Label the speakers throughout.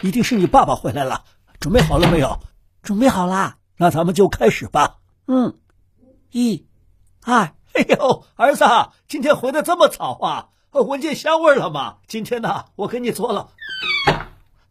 Speaker 1: 一定是你爸爸回来了，准备好了没有？
Speaker 2: 准备好啦，
Speaker 1: 那咱们就开始吧。
Speaker 2: 嗯，一、二，
Speaker 1: 哎呦，儿子，今天回的这么早啊？闻见香味了吗？今天呢，我给你做了。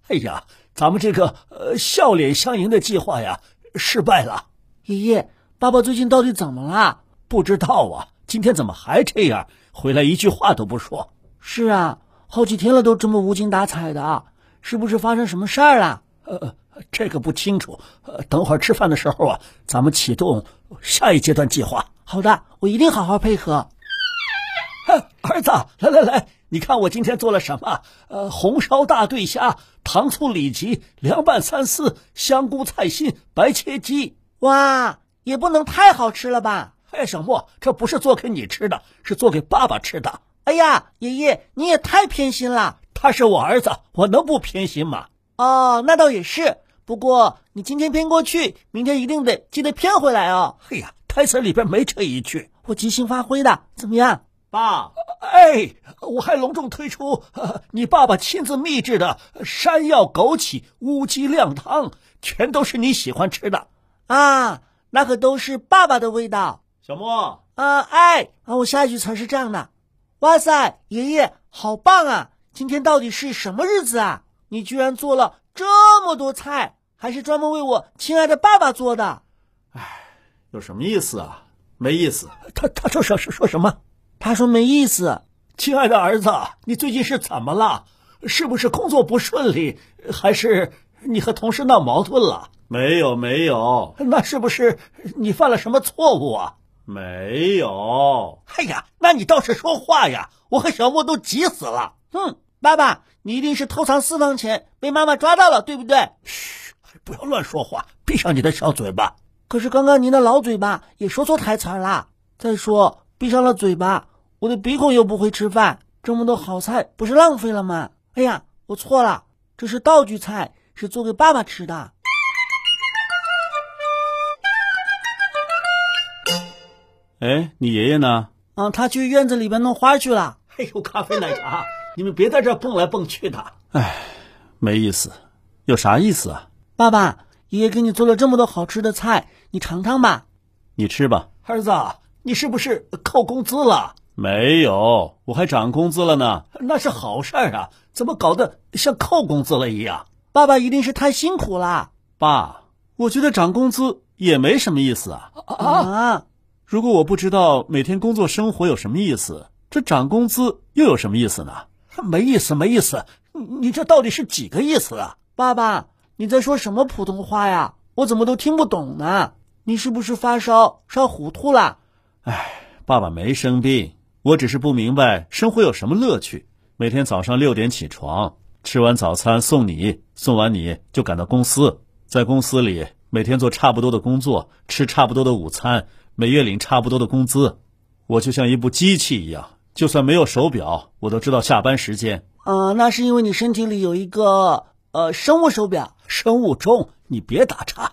Speaker 1: 哎呀，咱们这个呃笑脸相迎的计划呀，失败了。
Speaker 2: 爷爷，爸爸最近到底怎么了？
Speaker 1: 不知道啊，今天怎么还这样？回来一句话都不说。
Speaker 2: 是啊，好几天了都这么无精打采
Speaker 1: 啊
Speaker 2: 的，是不是发生什么事儿了？
Speaker 1: 呃，这个不清楚。呃，等会儿吃饭的时候啊，咱们启动下一阶段计划。
Speaker 2: 好的，我一定好好配合。
Speaker 1: 儿子，来来来，你看我今天做了什么？呃，红烧大对虾、糖醋里脊、凉拌三丝、香菇菜心、白切鸡。
Speaker 2: 哇，也不能太好吃了吧？
Speaker 1: 哎，小莫，这不是做给你吃的，是做给爸爸吃的。
Speaker 2: 哎呀，爷爷，你也太偏心了。
Speaker 1: 他是我儿子，我能不偏心吗？
Speaker 2: 哦，那倒也是。不过你今天偏过去，明天一定得记得偏回来哦。
Speaker 1: 哎呀，台词里边没这一句，
Speaker 2: 我即兴发挥的，怎么样？
Speaker 1: 爸，哎，我还隆重推出、呃、你爸爸亲自秘制的山药枸杞乌鸡靓汤，全都是你喜欢吃的
Speaker 2: 啊，那可都是爸爸的味道。
Speaker 3: 小莫，
Speaker 2: 啊，哎，啊，我下一句词是这样的，哇塞，爷爷好棒啊！今天到底是什么日子啊？你居然做了这么多菜，还是专门为我亲爱的爸爸做的？
Speaker 3: 哎，有什么意思啊？没意思。
Speaker 1: 他他说什说什么？
Speaker 2: 他说没意思，
Speaker 1: 亲爱的儿子，你最近是怎么了？是不是工作不顺利，还是你和同事闹矛盾了？
Speaker 3: 没有没有，
Speaker 1: 那是不是你犯了什么错误啊？
Speaker 3: 没有。
Speaker 1: 哎呀，那你倒是说话呀！我和小莫都急死了。
Speaker 2: 嗯，爸爸，你一定是偷藏私房钱被妈妈抓到了，对不对？
Speaker 1: 嘘，不要乱说话，闭上你的小嘴巴。
Speaker 2: 可是刚刚您的老嘴巴也说错台词啦。再说，闭上了嘴巴。我的鼻孔又不会吃饭，这么多好菜不是浪费了吗？哎呀，我错了，这是道具菜，是做给爸爸吃的。
Speaker 3: 哎，你爷爷呢？
Speaker 2: 啊，他去院子里边弄花去了。
Speaker 1: 哎呦，咖啡奶茶，你们别在这蹦来蹦去的。
Speaker 3: 哎，没意思，有啥意思啊？
Speaker 2: 爸爸，爷爷给你做了这么多好吃的菜，你尝尝吧。
Speaker 3: 你吃吧，
Speaker 1: 儿子，你是不是扣工资了？
Speaker 3: 没有，我还涨工资了呢，
Speaker 1: 那是好事儿啊！怎么搞得像扣工资了一样？
Speaker 2: 爸爸一定是太辛苦了。
Speaker 3: 爸，我觉得涨工资也没什么意思啊。
Speaker 2: 啊！
Speaker 3: 如果我不知道每天工作生活有什么意思，这涨工资又有什么意思呢？
Speaker 1: 没意思，没意思！你这到底是几个意思啊？
Speaker 2: 爸爸，你在说什么普通话呀？我怎么都听不懂呢？你是不是发烧烧糊涂了？
Speaker 3: 哎，爸爸没生病。我只是不明白生活有什么乐趣。每天早上六点起床，吃完早餐送你，送完你就赶到公司，在公司里每天做差不多的工作，吃差不多的午餐，每月领差不多的工资。我就像一部机器一样，就算没有手表，我都知道下班时间。
Speaker 2: 啊、呃，那是因为你身体里有一个呃生物手表。
Speaker 1: 生物钟，你别打岔。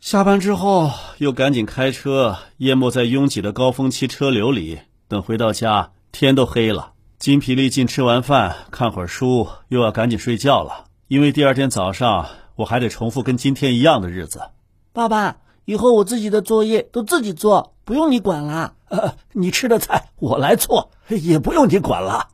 Speaker 3: 下班之后又赶紧开车，淹没在拥挤的高峰期车流里。等回到家，天都黑了。筋疲力尽，吃完饭看会儿书，又要赶紧睡觉了，因为第二天早上我还得重复跟今天一样的日子。
Speaker 2: 爸爸，以后我自己的作业都自己做，不用你管了。
Speaker 1: 呃，你吃的菜我来做，也不用你管了。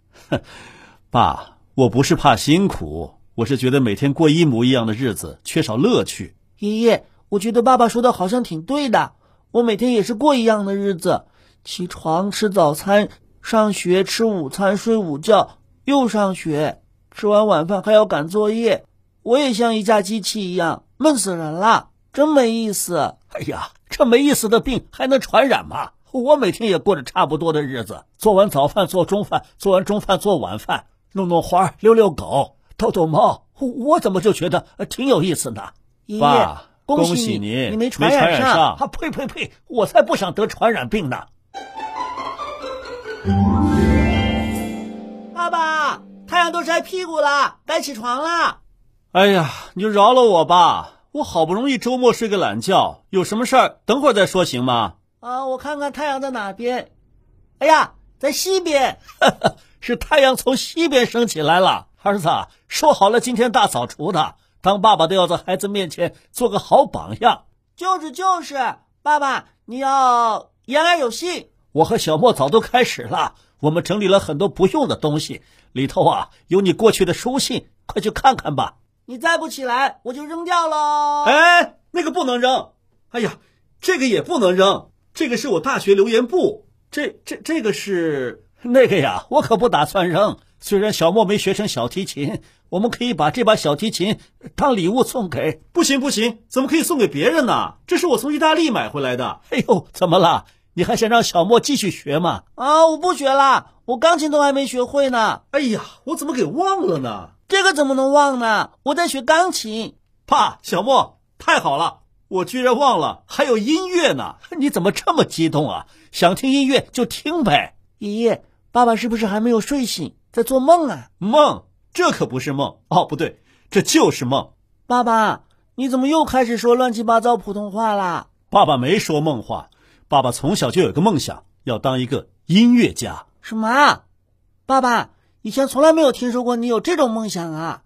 Speaker 3: 爸，我不是怕辛苦，我是觉得每天过一模一样的日子缺少乐趣。
Speaker 2: 爷爷，我觉得爸爸说的好像挺对的，我每天也是过一样的日子。起床吃早餐，上学吃午餐，睡午觉，又上学，吃完晚饭还要赶作业，我也像一架机器一样闷死人了，真没意思。
Speaker 1: 哎呀，这没意思的病还能传染吗？我每天也过着差不多的日子，做完早饭做中饭，做完中饭做晚饭，弄弄花，遛遛狗，
Speaker 2: 逗逗猫，我我怎么就觉得呃挺有意思呢？
Speaker 4: 爷爷
Speaker 1: 爸，，
Speaker 4: 恭
Speaker 1: 恭喜
Speaker 4: 你，没
Speaker 1: 你没
Speaker 4: 传
Speaker 1: 传
Speaker 4: 染
Speaker 1: 染上
Speaker 2: 啊呸呸呸！我才不想得传染病呢！
Speaker 4: 爸爸，太阳都晒屁股了，该起床啦。
Speaker 1: 哎呀，你就饶了我吧！我好不容易周末睡个懒觉，有什么事儿等会儿再说行吗？
Speaker 4: 啊，我看看太阳在哪边。哎呀，在西边。
Speaker 2: 是太阳从西边升起来了。儿子，说好了今天大扫除的，当爸爸都要在孩子面前做个好榜样。
Speaker 4: 就是就是，爸爸，你要言而有信。
Speaker 2: 我和小莫早都开始了，我们整理了很多不用的东西，里头啊有你过去的书信，快去看看吧。
Speaker 4: 你再不起来，我就扔掉喽。
Speaker 1: 哎，那个不能扔。哎呀，这个也不能扔。这个是我大学留言簿。这这这个是
Speaker 2: 那个呀，我可不打算扔。虽然小莫没学成小提琴，我们可以把这把小提琴当礼物送给。
Speaker 1: 不行不行，怎么可以送给别人呢？这是我从意大利买回来的。
Speaker 2: 哎呦，怎么了？你还想让小莫继续学吗？
Speaker 4: 啊，我不学啦，我钢琴都还没学会呢，
Speaker 1: 哎呀，我怎么给忘了呢？
Speaker 4: 这个怎么能忘呢？我在学钢琴。
Speaker 1: 爸，小莫，太好了，我居然忘了还有音乐呢。
Speaker 2: 你怎么这么激动啊？想听音乐就听呗。
Speaker 4: 爷爷，爸爸是不是还没有睡醒，在做梦啊？
Speaker 1: 梦，这可不是梦哦，不对，这就是梦。
Speaker 4: 爸爸，你怎么又开始说乱七八糟普通话啦？
Speaker 1: 爸爸没说梦话，爸爸从小就有个梦想，要当一个音乐家。
Speaker 4: 什么？爸爸，以前从来没有听说过你有这种梦想啊！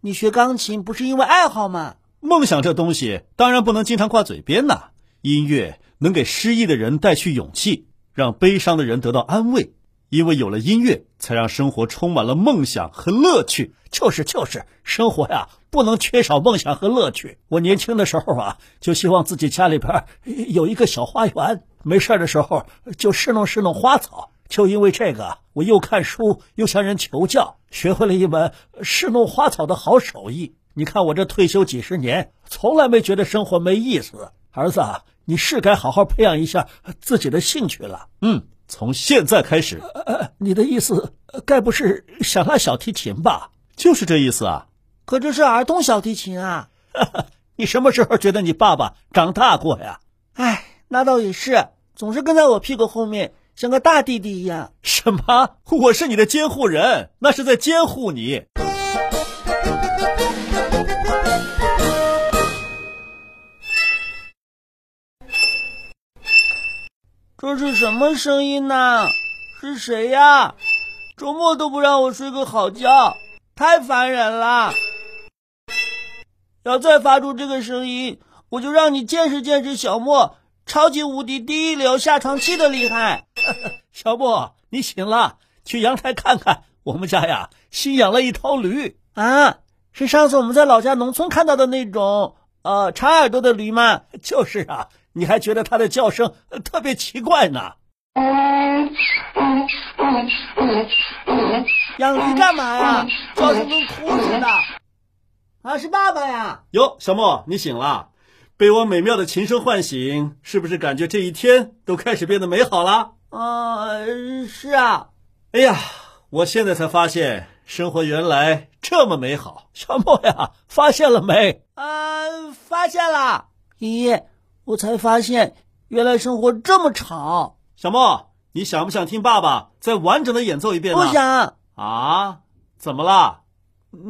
Speaker 4: 你学钢琴不是因为爱好吗？
Speaker 1: 梦想这东西当然不能经常挂嘴边呐。音乐能给失意的人带去勇气，让悲伤的人得到安慰。因为有了音乐，才让生活充满了梦想和乐趣。
Speaker 2: 就是就是，生活呀不能缺少梦想和乐趣。我年轻的时候啊，就希望自己家里边儿有一个小花园，没事儿的时候就侍弄侍弄花草。就因为这个，我又看书又向人求教，学会了一门侍弄花草的好手艺。你看我这退休几十年，从来没觉得生活没意思。儿子啊，你是该好好培养一下自己的兴趣了。呃
Speaker 1: 嗯，从现在开始
Speaker 2: 你的意思，呃该不是想拉小提琴吧？
Speaker 1: 就是这意思啊。
Speaker 4: 可这是儿童小提琴啊！
Speaker 2: 你什么时候觉得你爸爸长大过呀？
Speaker 4: 唉，哎那倒也是，总是跟在我屁股后面，像个大弟弟一样。
Speaker 1: 什么？我是你的监护人，那是在监护你。
Speaker 4: 这是什么声音呐？是谁呀？周末都不让我睡个好觉，太烦人了！要再发出这个声音，我就让你见识见识小莫超级无敌第一流下床气的厉害！
Speaker 2: 小莫，你醒了，去阳台看看，我们家呀新养了一头驴。
Speaker 4: 啊，是上次我们在老家农村看到的那种呃长耳朵的驴吗？
Speaker 2: 就是啊，你还觉得它的叫声呃特别奇怪呢？
Speaker 4: 养驴干嘛呀？叫声跟哭似的。啊，是爸爸呀！
Speaker 1: 哟，小莫，你醒了，被我美妙的琴声唤醒，是不是感觉这一天都开始变得美好了？
Speaker 4: 呃，是啊，
Speaker 1: 哎呀，我现在才发现生活原来这么美好。
Speaker 2: 小莫呀，发现了没？
Speaker 4: 呃，发现了，爷爷，我才发现原来生活这么吵。
Speaker 1: 小莫，你想不想听爸爸再完整的演奏一遍呢？
Speaker 4: 不想，
Speaker 1: 啊？怎么啦？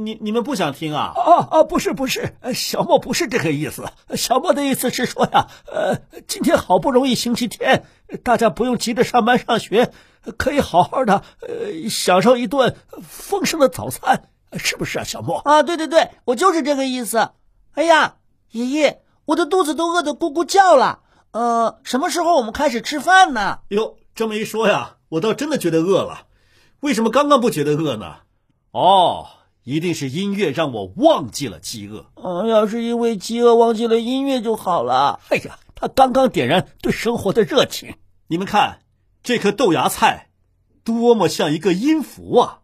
Speaker 1: 你你们不想听啊？
Speaker 2: 啊啊，不是不是，呃小莫不是这个意思。小莫的意思是说呀，呃，今天好不容易星期天，大家不用急着上班上学，可以好好的呃享受一顿丰盛的早餐，是不是啊，小莫？
Speaker 4: 啊，对对对，我就是这个意思。哎呀，爷爷，我的肚子都饿得咕咕叫了。呃，什么时候我们开始吃饭呢？
Speaker 1: 哟，这么一说呀，我倒真的觉得饿了。为什么刚刚不觉得饿呢？哦，一定是音乐让我忘记了饥饿。
Speaker 4: 嗯，要是因为饥饿忘记了音乐就好了。
Speaker 2: 哎呀，他刚刚点燃对生活的热情。
Speaker 1: 你们看，这颗豆芽菜多么像一个音符啊！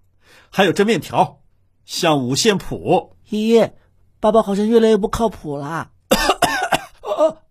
Speaker 1: 还有这面条，像五线谱。
Speaker 4: 爷爷，爸爸好像越来越不靠谱啦。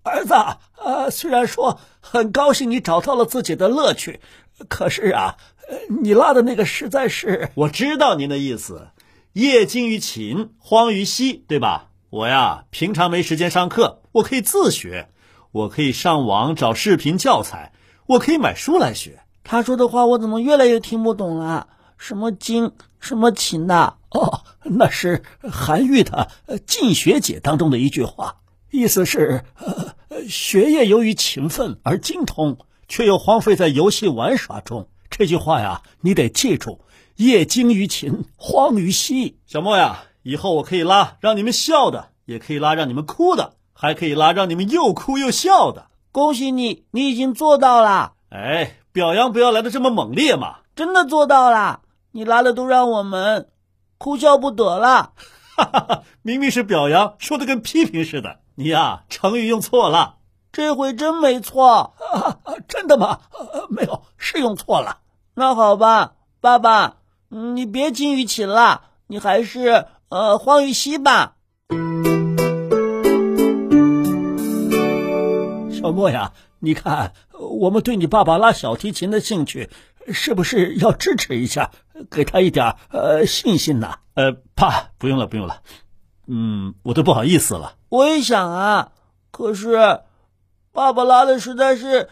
Speaker 2: 儿子，呃，虽然说很高兴你找到了自己的乐趣， 可是啊，呃你拉的那个实在是……
Speaker 1: 我知道您的意思，
Speaker 2: 业精于勤，荒于嬉，对吧？我呀，平常没时间上课，我可以自学，我可以上网找视频教材，我可以买书来学。
Speaker 5: 他说的话我怎么越来越听不懂了？什么经，什么琴呐、
Speaker 1: 哦，那是韩愈的《进学解》当中的一句话，意思是，呃，学业由于勤奋而精通，却又荒废在游戏玩耍中。这句话呀，你得记住：业精于勤，荒于嬉。
Speaker 2: 小莫呀，以后我可以拉让你们笑的，也可以拉让你们哭的，还可以拉让你们又哭又笑的。
Speaker 5: 恭喜你，你已经做到了，
Speaker 2: 哎，表扬不要来的这么猛烈嘛！
Speaker 5: 真的做到了，你拉的都让我们哭笑不得了。
Speaker 2: 哈哈哈， 明明是表扬，说的跟批评似的。你呀，成语用错了。
Speaker 5: 这回真没错。
Speaker 1: 啊，啊 真的吗？ 呃，没有，是用错了。
Speaker 5: 那好吧，爸爸，嗯你别精于勤了，你还是呃荒于嬉吧。
Speaker 1: 小莫呀，你看，我们对你爸爸拉小提琴的兴趣，是不是要支持一下，给他一点儿呃信心呐、
Speaker 2: 呃，爸，不用了，不用了。嗯，我都不好意思了。
Speaker 5: 我也想啊，可是爸爸拉的实在是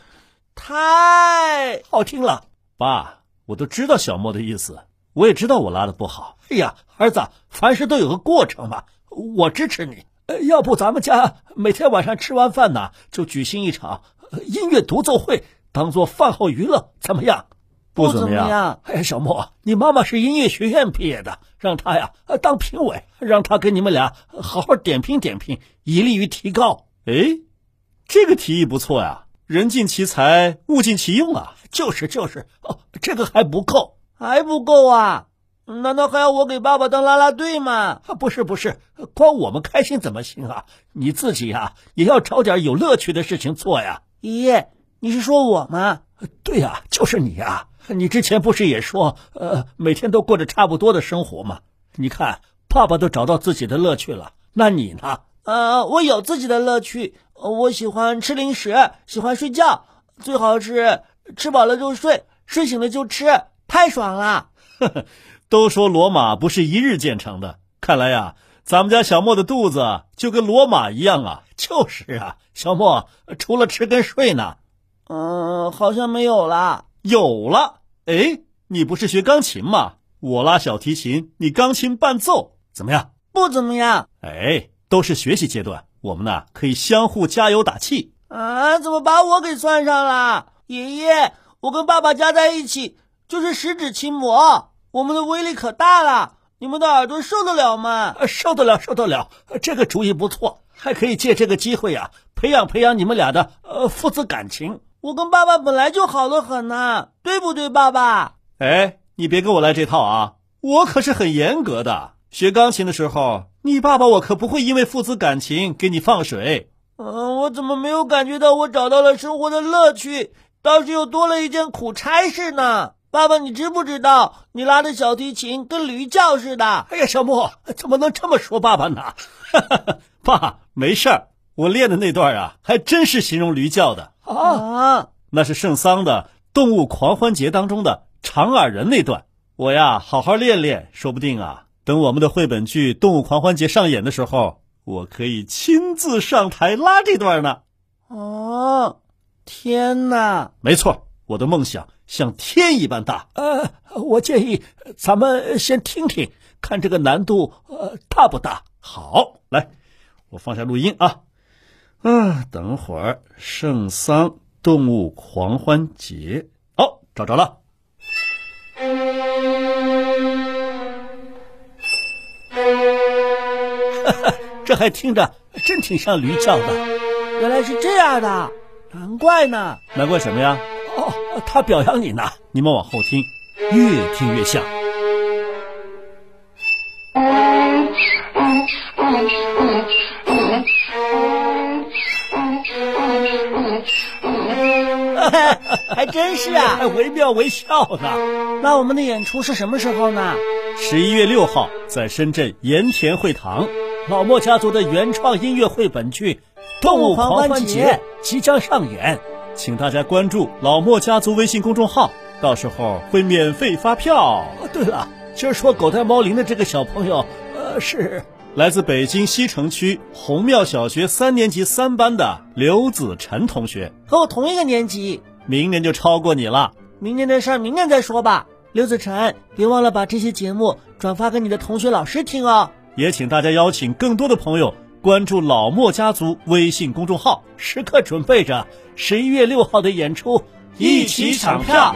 Speaker 5: 太……
Speaker 1: 好听了。
Speaker 2: 爸，我都知道小莫的意思，我也知道我拉的不好。
Speaker 1: 哎呀，儿子，凡事都有个过程嘛，我支持你。呃，要不咱们家每天晚上吃完饭呢，就举行一场呃音乐独奏会，当做饭后娱乐，怎么样？
Speaker 5: 不怎
Speaker 2: 怎么
Speaker 5: 么
Speaker 2: 样
Speaker 5: 样，
Speaker 1: 哎，小莫，你妈妈是音乐学院毕业的，让她呀呃当评委，让她给你们俩呃好好点评点评，以利于提高。
Speaker 2: 哎，这个提议不错呀，人尽其才，物尽其用啊。
Speaker 1: 就是就是，哦，这个还不够。
Speaker 5: 还不够啊？难道还要我给爸爸当啦啦队吗？
Speaker 1: 啊不是不是，光我们开心怎么行啊？你自己呀、也要找点有乐趣的事情做呀。
Speaker 5: 爷爷，你是说我吗？
Speaker 1: 对呀、就是你呀、你之前不是也说，呃，每天都过着差不多的生活吗？你看，爸爸都找到自己的乐趣了，那你呢？
Speaker 5: 呃，我有自己的乐趣，呃我喜欢吃零食，喜欢睡觉，最好是吃饱了就睡，睡醒了就吃，太爽了。
Speaker 2: 都说罗马不是一日建成的，看来呀，咱们家小莫的肚子就跟罗马一样啊。
Speaker 1: 就是啊，小莫，除了吃跟睡呢，
Speaker 5: 嗯、好像没有啦。
Speaker 2: 有了，哎，你不是学钢琴吗？我拉小提琴，你钢琴伴奏，怎么样？
Speaker 5: 不怎么样
Speaker 2: 哎，都是学习阶段，我们呢可以相互加油打气。
Speaker 5: 啊？怎么把我给算上啦？爷爷，我跟爸爸加在一起就是十指琴魔，我们的威力可大了，你们的耳朵受得了吗？
Speaker 1: 呃受得了，受得了，这个主意不错，还可以借这个机会呀、培养培养你们俩的呃父子感情。
Speaker 5: 我跟爸爸本来就好得很呐、对不对，爸爸？
Speaker 2: 哎，你别跟我来这套啊！我可是很严格的。学钢琴的时候，你爸爸我可不会因为父子感情给你放水。
Speaker 5: 嗯、我怎么没有感觉到我找到了生活的乐趣，倒是又多了一件苦差事呢？爸爸，你知不知道，你拉的小提琴跟驴叫似的？
Speaker 1: 哎呀，小莫，怎么能这么说爸爸呢？
Speaker 2: 爸，没事儿，我练的那段啊，还真是形容驴叫的，
Speaker 5: 啊，
Speaker 2: 那是圣桑的《动物狂欢节》当中的长耳人那段。我呀，好好练练，说不定啊，等我们的绘本剧《动物狂欢节》上演的时候，我可以亲自上台拉这段呢。
Speaker 5: 哦，天哪！
Speaker 2: 没错，我的梦想像天一般大。
Speaker 1: 呃，我建议咱们先听听，看这个难度呃大不大。
Speaker 2: 好，来，我放下录音啊。啊，等会儿圣桑动物狂欢节，哦，找着了。
Speaker 1: 这还听着真挺像驴叫的。
Speaker 5: 原来是这样的，难怪呢。
Speaker 2: 难怪什么呀？
Speaker 1: 哦，他表扬你呢。
Speaker 2: 你们往后听，越听越像。
Speaker 5: 还真是啊。
Speaker 1: 还惟妙惟肖呢。
Speaker 5: 那我们的演出是什么时候呢？
Speaker 2: 十一月六号在深圳盐田会堂，
Speaker 1: 老莫家族的原创音乐绘本剧《动物狂欢节》即将上演。
Speaker 2: 请大家关注老莫家族微信公众号，到时候会免费发票。
Speaker 1: 哦，对了，今儿说狗带猫铃的这个小朋友，呃，是
Speaker 2: 来自北京西城区红庙小学三年级三班的刘子晨同学，
Speaker 6: 和我同一个年级，
Speaker 2: 明年就超过你了。
Speaker 6: 明年的事儿明年再说吧。刘子晨，别忘了把这些节目转发给你的同学、老师听哦。
Speaker 2: 也请大家邀请更多的朋友关注老莫家族微信公众号，
Speaker 1: 时刻准备着十一月六号的演出，
Speaker 2: 一起抢票。